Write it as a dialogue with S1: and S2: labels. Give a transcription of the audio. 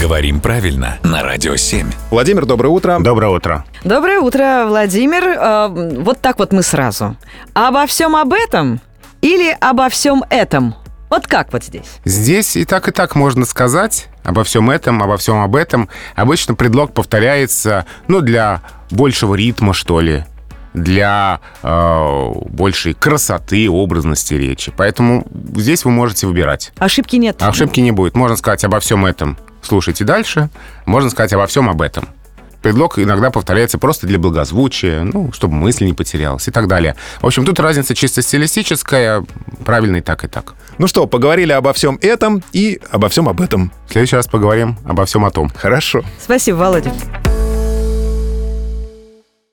S1: Говорим правильно на Радио 7.
S2: Владимир, доброе утро.
S3: Доброе утро.
S4: Доброе утро, Владимир. Э, вот так вот мы сразу. Обо всем об этом или обо всем этом? Вот как вот здесь?
S3: Здесь и так, и так можно сказать обо всем этом, обо всем об этом. Обычно предлог повторяется, ну, для большего ритма, что ли, для э, большей красоты, образности речи. Поэтому здесь вы можете выбирать.
S4: Ошибки нет.
S3: Ошибки не будет. Можно сказать обо всем этом. Слушайте дальше. Можно сказать обо всем об этом. Предлог иногда повторяется просто для благозвучия, ну, чтобы мысль не потерялась и так далее. В общем, тут разница чисто стилистическая, правильно и так, и так.
S2: Ну что, поговорили обо всем этом и обо всем об этом.
S3: В следующий раз поговорим обо всем о том.
S2: Хорошо.
S4: Спасибо, Володя.